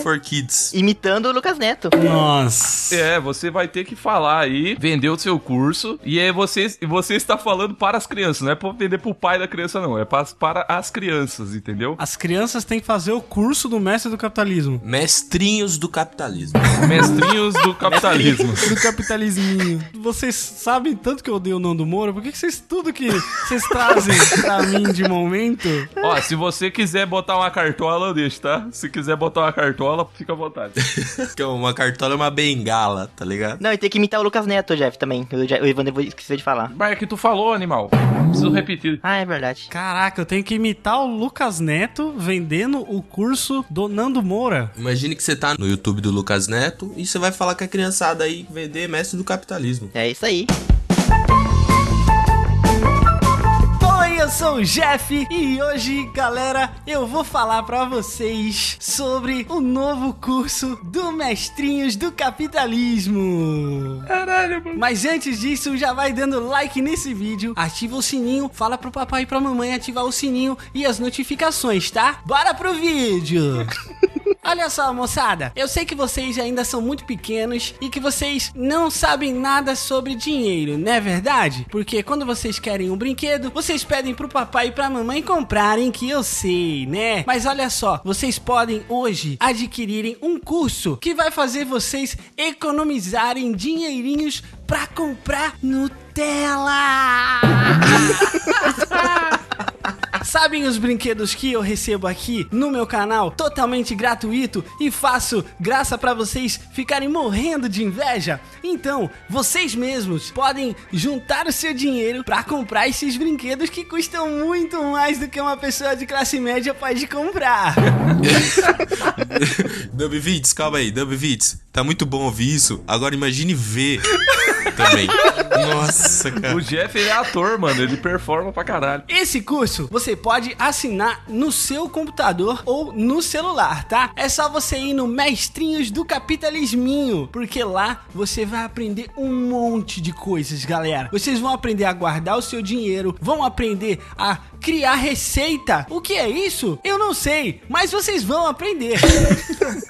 Speaker 4: For Kids.
Speaker 3: Imitando o Lucas Neto.
Speaker 1: Nossa.
Speaker 2: é, você vai ter que falar aí, vender o seu curso, e aí você, você está falando para as crianças, não é para vender pro pai da criança, não, é para, para as crianças, entendeu?
Speaker 1: As crianças têm que fazer o curso do mestre do capitalismo.
Speaker 4: Mestrinhos do capitalismo.
Speaker 2: Mestrinhos do capitalismo.
Speaker 1: Do capitalisminho. Vocês sabem tanto que eu odeio o Nando Moura, por que, que vocês tudo que vocês trazem pra mim de momento?
Speaker 2: Ó, se você quiser botar uma cartola, eu deixo, tá? Se quiser botar uma cartola, fica à vontade.
Speaker 4: Que é uma cartola é uma bengala, tá ligado?
Speaker 3: Não, e tem que imitar o Lucas Neto, Jeff, também. O, Je- o Evandro vou- esqueceu de falar.
Speaker 2: Mas é que tu falou, animal. Não Preciso repetir.
Speaker 3: Ah, é verdade.
Speaker 1: Caraca, eu tenho que imitar o Lucas Neto vendendo o curso do Nando Moura.
Speaker 4: Imagine que você tá no YouTube do Lucas Neto e você vai falar com a criançada aí vender mestre do capitalismo.
Speaker 3: É isso aí.
Speaker 1: Oi, eu sou o Jeff e hoje, galera, eu vou falar pra vocês sobre o novo curso do Mestrinhos do Capitalismo.
Speaker 2: Caralho, mano.
Speaker 1: Mas antes disso, já vai dando like nesse vídeo, ativa o sininho, fala pro papai e pra mamãe ativar o sininho e as notificações, tá? Bora pro vídeo! Olha só, moçada, eu sei que vocês ainda são muito pequenos e que vocês não sabem nada sobre dinheiro, não é verdade? Porque quando vocês querem um brinquedo, vocês pedem pro papai e pra mamãe comprarem, que eu sei, né? Mas olha só, vocês podem hoje adquirirem um curso que vai fazer vocês economizarem dinheirinhos pra comprar Nutella! Sabem os brinquedos que eu recebo aqui no meu canal, totalmente gratuito e faço graça pra vocês ficarem morrendo de inveja? Então, vocês mesmos podem juntar o seu dinheiro pra comprar esses brinquedos que custam muito mais do que uma pessoa de classe média pode comprar.
Speaker 4: Dub Vitz, calma aí, Dub Vitz. Tá muito bom ouvir isso. Agora imagine ver também. Nossa, cara.
Speaker 2: O Jeff ele é ator, mano. Ele performa pra caralho.
Speaker 1: Esse curso você pode assinar no seu computador ou no celular, tá? É só você ir no Mestrinhos do Capitalisminho, porque lá você vai aprender um monte de coisas, galera. Vocês vão aprender a guardar o seu dinheiro, vão aprender a criar receita. O que é isso? Eu não sei, mas vocês vão aprender.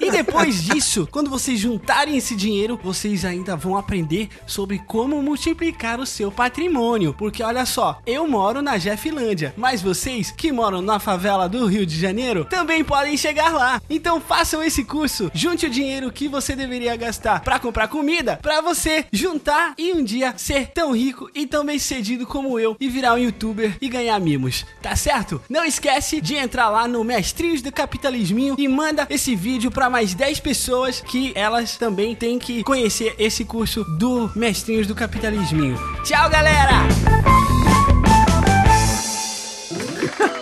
Speaker 1: e depois disso, quando vocês juntarem esse dinheiro, vocês ainda vão aprender sobre como multiplicar o seu patrimônio. Porque olha só, eu moro na Jefflândia, mas vocês que moram na favela do Rio de Janeiro também podem chegar lá. Então façam esse curso, junte o dinheiro que você deveria gastar para comprar comida, para você juntar e um dia ser tão rico e tão bem sucedido como eu e virar um youtuber e ganhar mimos, tá certo? Não esquece de entrar lá no Mestrinhos do Capitalisminho e manda esse vídeo para mais 10 pessoas que elas também têm que conhecer esse curso do Mestrinhos do Capitalisminho. Tchau, galera!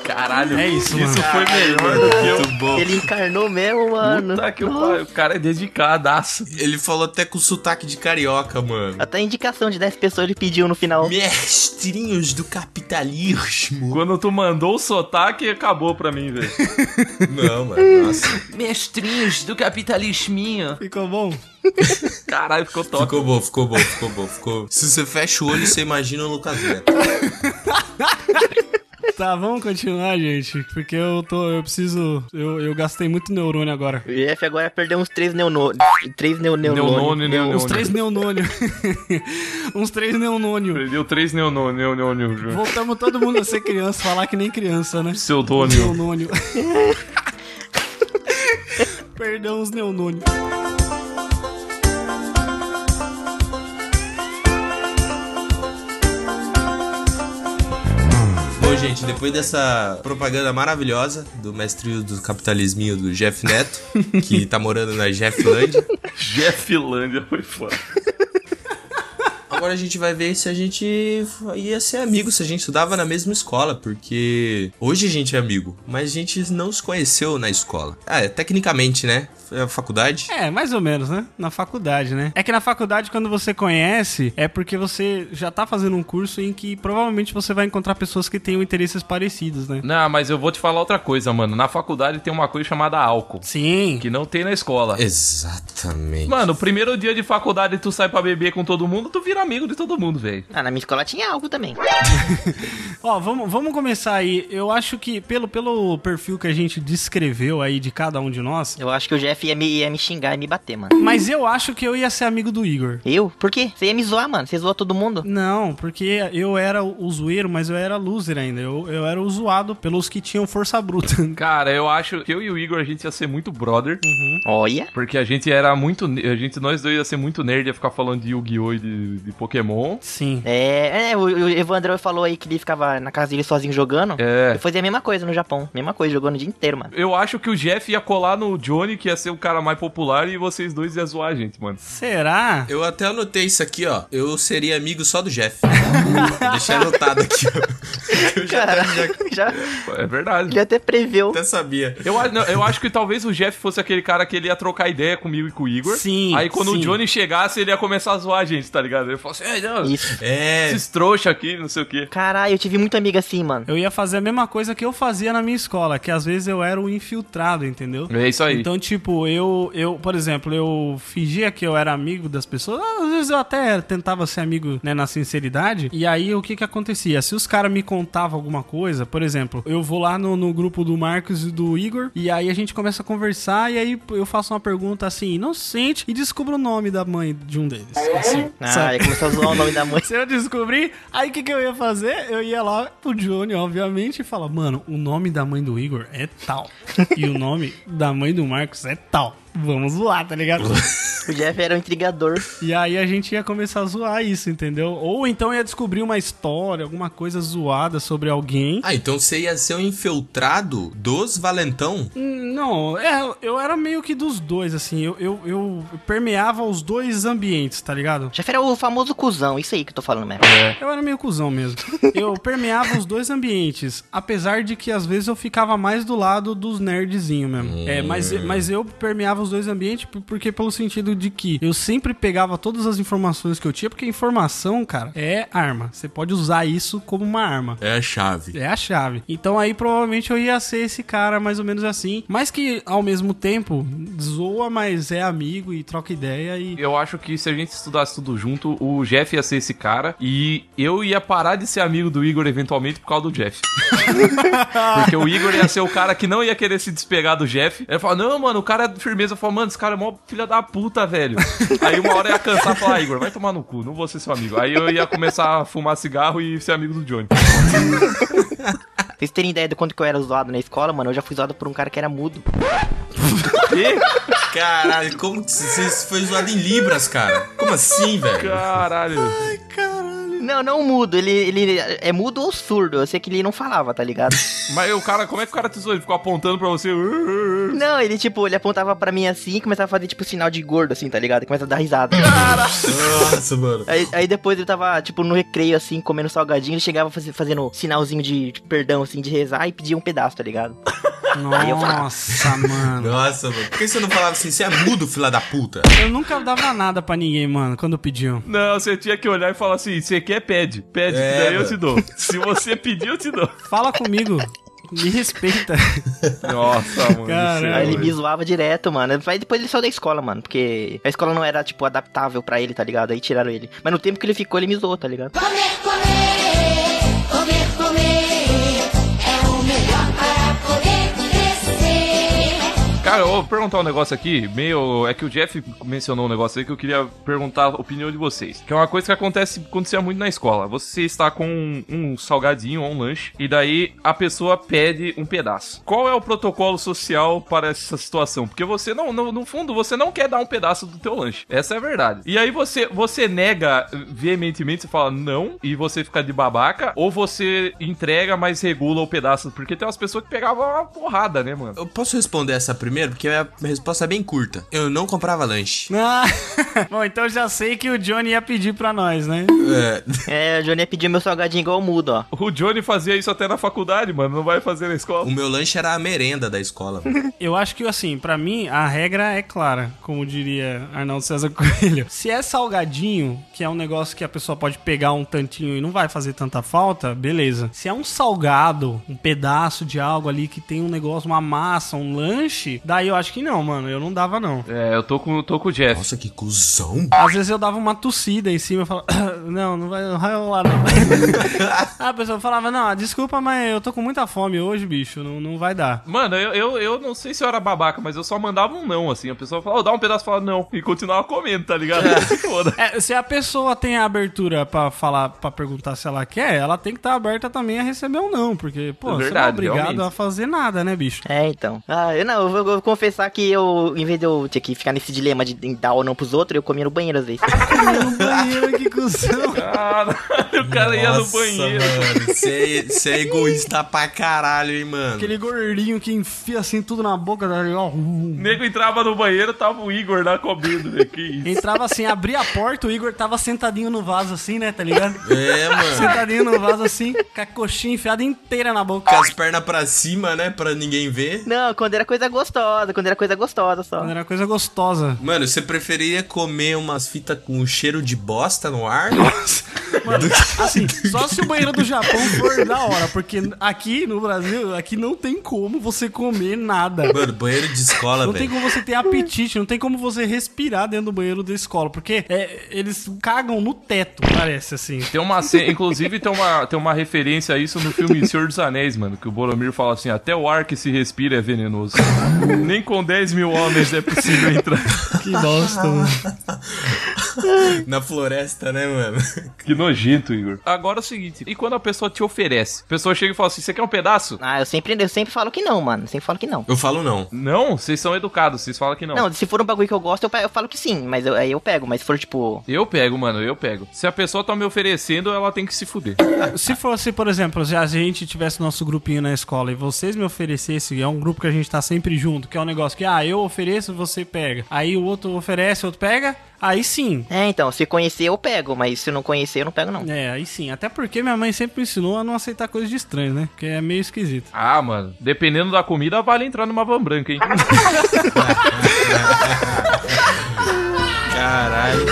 Speaker 2: Caralho.
Speaker 1: É isso, mano.
Speaker 2: foi melhor do que eu.
Speaker 4: Muito bom.
Speaker 3: Ele encarnou mesmo, mano.
Speaker 2: Puta que o pai- o cara é dedicadaço.
Speaker 4: Ele falou até com sotaque de carioca, mano.
Speaker 3: Até a indicação de 10 pessoas ele pediu no final.
Speaker 4: Mestrinhos do capitalismo.
Speaker 2: Quando tu mandou o sotaque, acabou pra mim, velho.
Speaker 4: Não, mano, nossa.
Speaker 2: Mestrinhos do capitalisminho.
Speaker 1: Ficou bom?
Speaker 2: Caralho, ficou top.
Speaker 4: Ficou bom, ficou bom, ficou bom, ficou. Se você fecha o olho, você imagina o Lucas Neto.
Speaker 1: Tá, vamos continuar, gente, porque eu tô, eu preciso, eu, eu gastei muito neurônio agora.
Speaker 3: O Jeff agora perdeu uns 3 neonônios. 3 neonônios.
Speaker 2: Neonônio, neonônio.
Speaker 1: Uns três neonônio. Uns três neonônio.
Speaker 2: Perdeu três neonônio, neonônio, Ju.
Speaker 1: Voltamos todo mundo a ser criança, falar que nem criança, né?
Speaker 2: Pseudônio.
Speaker 1: Neonônio. Perdão os neonônios.
Speaker 4: Bom, gente, depois dessa propaganda maravilhosa do mestrinho do capitalisminho do Jeff Neto, que tá morando na Jefflândia,
Speaker 2: Jefflândia foi foda.
Speaker 4: agora a gente vai ver se a gente ia ser amigo, se a gente estudava na mesma escola, porque hoje a gente é amigo, mas a gente não se conheceu na escola. Ah, é, tecnicamente, né? Foi a faculdade.
Speaker 1: É, mais ou menos, né? Na faculdade, né? É que na faculdade, quando você conhece, é porque você já tá fazendo um curso em que provavelmente você vai encontrar pessoas que tenham interesses parecidos, né?
Speaker 2: Não, mas eu vou te falar outra coisa, mano. Na faculdade tem uma coisa chamada álcool,
Speaker 1: Sim.
Speaker 2: que não tem na escola.
Speaker 4: Exatamente.
Speaker 2: Mano, o primeiro dia de faculdade tu sai pra beber com todo mundo, tu vira amigo de todo mundo, velho.
Speaker 3: Ah, na minha escola tinha algo também.
Speaker 1: Ó, vamos, vamos começar aí. Eu acho que pelo, pelo perfil que a gente descreveu aí de cada um de nós,
Speaker 3: Eu acho que o Jeff ia me, ia me xingar e me bater, mano.
Speaker 1: mas eu acho que eu ia ser amigo do Igor.
Speaker 3: Eu? Por quê? Você ia me zoar, mano. Você zoou todo mundo?
Speaker 1: Não, porque eu era o zoeiro, mas eu era loser ainda. Eu, eu era o zoado pelos que tinham força bruta.
Speaker 2: Cara, eu acho que eu e o Igor a gente ia ser muito brother.
Speaker 3: Olha.
Speaker 2: Porque a gente era muito. ne- A gente, nós dois ia ser muito nerd, ia ficar falando de Yu-Gi-Oh! e de, de Pokémon.
Speaker 1: Sim.
Speaker 3: É, é, o, o Evandro falou aí que ele ficava na casa dele sozinho jogando.
Speaker 2: É.
Speaker 3: Eu fazia a mesma coisa no Japão. Mesma coisa, jogando o dia inteiro, mano.
Speaker 2: Eu acho que o Jeff ia colar no Johnny, que ia ser o cara mais popular, e vocês dois iam zoar a gente, mano.
Speaker 1: Será?
Speaker 4: Eu até anotei isso aqui, ó. Eu seria amigo só do Jeff. Vou Deixar anotado aqui, ó. Eu já,
Speaker 3: Cara,
Speaker 4: já
Speaker 3: já,
Speaker 2: É verdade.
Speaker 3: ele até preveu.
Speaker 4: até sabia.
Speaker 2: Eu, a- não, eu acho que talvez o Jeff fosse aquele cara que ele ia trocar ideia comigo e com o Igor.
Speaker 1: Sim,
Speaker 2: Aí quando
Speaker 1: sim.
Speaker 2: o Johnny chegasse, ele ia começar a zoar a gente, tá ligado? Ele falou assim: "Ei, não,
Speaker 3: Isso.
Speaker 4: É,
Speaker 2: esses trouxa aqui, não sei o quê.
Speaker 3: Caralho, eu tive muita amiga assim, mano.
Speaker 1: Eu ia fazer a mesma coisa que eu fazia na minha escola, que às vezes eu era o infiltrado, entendeu?
Speaker 2: É isso aí.
Speaker 1: Então, tipo, eu, eu, por exemplo, eu fingia que eu era amigo das pessoas. Ah, Às vezes eu até tentava ser amigo, né, na sinceridade. E aí, o que que acontecia? Se os caras me contavam alguma coisa, por exemplo, eu vou lá no, no grupo do Marcos e do Igor, e aí a gente começa a conversar, e aí eu faço uma pergunta assim, inocente, e descubro o nome da mãe de um deles. Assim,
Speaker 3: Ah,
Speaker 1: sabe?
Speaker 3: aí começou a zoar o nome da mãe.
Speaker 1: Se eu descobrir, aí o que, que eu ia fazer? Eu ia lá pro Johnny, obviamente, e falar: Mano, o nome da mãe do Igor é tal. e o nome da mãe do Marcos é tal. Vamos zoar, tá ligado?
Speaker 3: O Jeff era um intrigador.
Speaker 1: e aí a gente ia começar a zoar isso, entendeu? Ou então ia descobrir uma história, alguma coisa zoada sobre alguém.
Speaker 4: Ah, então você ia ser um infiltrado dos Valentão?
Speaker 1: Hum, Não, é, eu era meio que dos dois, assim. Eu, eu, eu permeava os dois ambientes, tá ligado?
Speaker 3: Jeff era o famoso cuzão, isso aí que eu tô falando mesmo.
Speaker 1: Eu era meio cuzão mesmo. Eu permeava os dois ambientes, apesar de que às vezes eu ficava mais do lado dos nerdzinho mesmo. É, mas, mas eu permeava os dois ambientes p- porque pelo sentido de que eu sempre pegava todas as informações que eu tinha, porque informação, cara, é arma. Você pode usar isso como uma arma.
Speaker 4: É a chave.
Speaker 1: É a chave. Então aí provavelmente eu ia ser esse cara mais ou menos assim, mas que ao mesmo tempo zoa, mas é amigo e troca ideia e
Speaker 2: Eu acho que se a gente estudasse tudo junto, o Jeff ia ser esse cara e eu ia parar de ser amigo do Igor eventualmente por causa do Jeff. Porque o Igor ia ser o cara que não ia querer se despegar do Jeff. Ele fala: Não, mano, o cara é de firmeza. Eu falo, mano, esse cara é mó filha da puta, velho. Aí uma hora eu ia cansar e falar: "Ah, Igor, vai tomar no cu, não vou ser seu amigo. Aí eu ia começar a fumar cigarro e ser amigo do Johnny.
Speaker 3: Pra Vocês terem ideia do quanto que eu era zoado na escola, mano, eu já fui zoado por um cara que era mudo.
Speaker 2: E,
Speaker 4: Caralho, como que você foi zoado em Libras, cara? Como assim, velho?
Speaker 2: caralho.
Speaker 3: Não, não mudo, ele, ele é mudo ou surdo, eu sei que ele não falava, tá ligado?
Speaker 2: Mas o cara, como é que o cara te zoou? Ele ficou apontando pra você.
Speaker 3: não, ele tipo, ele apontava pra mim assim e começava a fazer tipo sinal de gordo assim, tá ligado? E Começa a dar risada.
Speaker 4: Nossa, mano.
Speaker 3: Aí, aí depois ele tava, tipo, no recreio, assim, comendo salgadinho, ele chegava faze- fazendo sinalzinho de, de perdão, assim, de rezar e pedia um pedaço, tá ligado?
Speaker 1: nossa, mano.
Speaker 4: Nossa, mano. Por que você não falava assim? Você é mudo, filha da puta?
Speaker 1: Eu nunca dava nada pra ninguém, mano, quando pediam.
Speaker 2: Não, você tinha que olhar e falar assim: você quer, pede. Pede,
Speaker 4: É,
Speaker 2: que daí eu
Speaker 4: mano.
Speaker 2: te dou. Se você pedir, eu te dou.
Speaker 1: Fala comigo. Me respeita.
Speaker 2: Nossa, mano.
Speaker 1: Caralho.
Speaker 3: Aí ele
Speaker 2: Ele
Speaker 3: me zoava direto, mano. Aí depois ele saiu da escola, mano, porque a escola não era, tipo, adaptável pra ele, tá ligado? Aí tiraram ele. Mas no tempo que ele ficou, ele me zoou, tá ligado?
Speaker 6: Comer, comer, comer, comer é o melhor para poder crescer.
Speaker 2: Cara, eu vou perguntar um negócio aqui, meio. É que o Jeff mencionou um negócio aí que eu queria perguntar a opinião de vocês. Que é uma coisa que acontece, acontecia muito na escola. Você está com um, um salgadinho ou um lanche, e daí a pessoa pede um pedaço. Qual é o protocolo social para essa situação? Porque você não, no, no fundo, você não quer dar um pedaço do teu lanche. Essa é a verdade. E aí você, você nega veementemente, você fala não, e você fica de babaca, ou você entrega, mas regula o pedaço. Porque tem umas pessoas que pegavam uma porrada, né, mano?
Speaker 4: Eu posso responder essa primeiro? Porque a minha resposta é bem curta. Eu não comprava lanche.
Speaker 1: Ah, Bom, então já sei que o Johnny ia pedir pra nós, né?
Speaker 4: É,
Speaker 3: É, o Johnny pedia meu salgadinho igual o mudo, ó.
Speaker 2: O Johnny fazia isso até na faculdade, mano. Não vai fazer na escola.
Speaker 4: o meu lanche era a merenda da escola. mano.
Speaker 1: Eu acho que, assim, pra mim, a regra é clara, como diria Arnaldo César Coelho. Se é salgadinho, que é um negócio que a pessoa pode pegar um tantinho e não vai fazer tanta falta, beleza. Se é um salgado, um pedaço de algo ali que tem um negócio, uma massa, um lanche, dá Daí eu acho que não, mano. Eu não dava, não.
Speaker 2: É, eu tô com, eu tô com o Jeff.
Speaker 4: Nossa, que cuzão.
Speaker 1: Às vezes eu dava uma tossida em cima e falava, não, não vai, não vai rolar, não. a pessoa falava, não, desculpa, mas eu tô com muita fome hoje, bicho, não, não vai dar.
Speaker 2: Mano, eu, eu, eu não sei se eu era babaca, mas eu só mandava um não, assim. A pessoa falava, "Ó, dá um pedaço e falava não. E continuava comendo, tá ligado? Se foda.
Speaker 1: É, se a pessoa tem a abertura pra falar, pra perguntar se ela quer, ela tem que estar aberta também a receber ou não, porque, pô,
Speaker 2: É
Speaker 1: você não é
Speaker 2: verdade,
Speaker 1: obrigado
Speaker 2: realmente.
Speaker 1: a fazer nada, né, bicho?
Speaker 3: É, então. Ah, eu não, eu vou, eu vou confessar que eu, em vez de eu ter que ficar nesse dilema de dar ou não pros outros, eu comia no banheiro às vezes.
Speaker 1: No banheiro, que cuzão.
Speaker 2: Caralho, o cara ia no banheiro.
Speaker 4: Você é egoísta pra caralho, hein, mano.
Speaker 1: Aquele gordinho que enfia assim tudo na boca, tá ligado?
Speaker 2: O nego entrava no banheiro, tava o Igor lá comendo, velho. Que isso.
Speaker 1: Entrava assim, abria a porta, o Igor tava sentadinho no vaso assim, né, tá ligado?
Speaker 4: É, mano.
Speaker 1: Sentadinho no vaso assim, com a coxinha enfiada inteira na boca.
Speaker 4: Com as pernas pra cima, né? Pra ninguém ver.
Speaker 3: Não, quando era coisa gostosa, quando era coisa gostosa só.
Speaker 1: Mano, Era coisa gostosa.
Speaker 4: Mano, você preferiria comer umas fitas com cheiro de bosta no ar?
Speaker 1: Mano, assim, só se o banheiro do Japão for da hora, porque aqui no Brasil, aqui não tem como você comer nada.
Speaker 4: Mano, banheiro de escola,
Speaker 1: Não tem
Speaker 4: velho.
Speaker 1: como você ter apetite, não tem como você respirar dentro do banheiro da escola, porque é, eles cagam no teto, parece assim.
Speaker 2: Tem uma ce- inclusive tem uma, tem uma referência a isso no filme Senhor dos Anéis, mano, que o Boromir fala assim, até o ar que se respira é venenoso. Nem com 10 mil homens é possível entrar.
Speaker 1: Que bosta, mano.
Speaker 4: Na floresta, né, mano?
Speaker 2: Que nojento, Igor. Agora é o seguinte, e quando a pessoa te oferece? A pessoa chega e fala assim, você quer um pedaço?
Speaker 3: Ah, eu sempre, eu sempre falo que não, mano. Sempre falo que não.
Speaker 4: Eu falo não.
Speaker 2: Não, vocês são educados, vocês falam que não.
Speaker 3: Não, se for um bagulho que eu gosto, eu, pe- eu falo que sim, mas eu- aí eu pego. Mas se for tipo.
Speaker 2: Eu pego, mano, eu pego. Se a pessoa tá me oferecendo, ela tem que se fuder.
Speaker 1: Se fosse, por exemplo, se a gente tivesse nosso grupinho na escola e vocês me oferecessem, é um grupo que a gente tá sempre junto, que é um negócio que, ah, eu ofereço, você pega. Aí o outro oferece, o outro pega, aí sim.
Speaker 3: É, então, se conhecer eu pego, mas se não conhecer eu não pego, não.
Speaker 1: É, aí sim. Até porque minha mãe sempre me ensinou a não aceitar coisas de estranho, né? Porque é meio esquisito.
Speaker 2: Ah, mano, dependendo da comida, vale entrar numa van branca, hein?
Speaker 4: Caralho.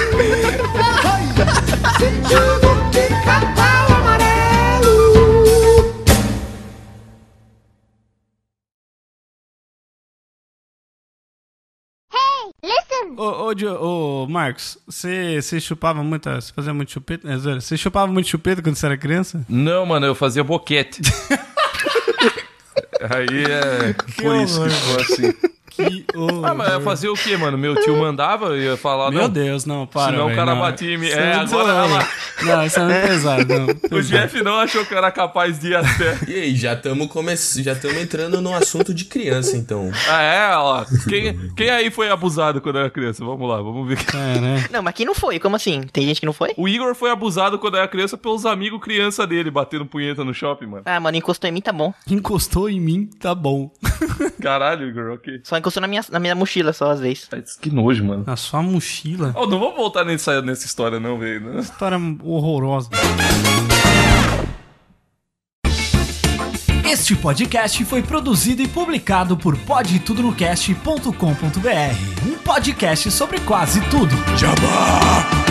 Speaker 1: Ô, ô, Dio- ô, Marcos, você você chupava muita. Você fazia muito chupeta? né, zoeira? Você chupava muito chupeta quando você era criança?
Speaker 2: Não, mano, eu fazia boquete. Aí é por isso que ficou assim.
Speaker 1: Que
Speaker 2: Ah, mas eu ia fazer o quê, mano? Meu tio mandava, eu ia falar,
Speaker 1: Meu
Speaker 2: não.
Speaker 1: Deus, não, para.
Speaker 2: Senão o
Speaker 1: velho,
Speaker 2: cara
Speaker 1: não.
Speaker 2: batia em mim.
Speaker 1: Isso
Speaker 2: É,
Speaker 1: muito
Speaker 2: agora
Speaker 1: zoado.
Speaker 2: ela-
Speaker 1: Não, isso é muito pesado. Não,
Speaker 2: O
Speaker 1: pesado.
Speaker 2: Jeff não achou que eu era capaz de ir até.
Speaker 4: E aí, já estamos come... já tamo entrando no assunto de criança, então.
Speaker 2: Ah, é, olha lá. Quem, quem aí foi abusado quando era criança? Vamos lá, vamos ver.
Speaker 1: É, né?
Speaker 3: Não, mas quem não foi? Como assim? Tem gente que não foi?
Speaker 2: O Igor foi abusado quando era criança pelos amigos criança dele, batendo punheta no shopping, mano.
Speaker 3: Ah, mano, encostou em mim, tá bom.
Speaker 1: Encostou em mim, tá bom.
Speaker 2: Caralho, Igor, ok.
Speaker 3: Só encostou na minha, na minha mochila só, às vezes.
Speaker 2: Que nojo, mano.
Speaker 1: Na sua mochila.
Speaker 2: Oh, não vamos voltar nessa, nessa história, não, velho.
Speaker 1: História horrorosa.
Speaker 5: Este podcast foi produzido e publicado por podtudonocast.com.br, um podcast sobre quase tudo.
Speaker 4: Jabá!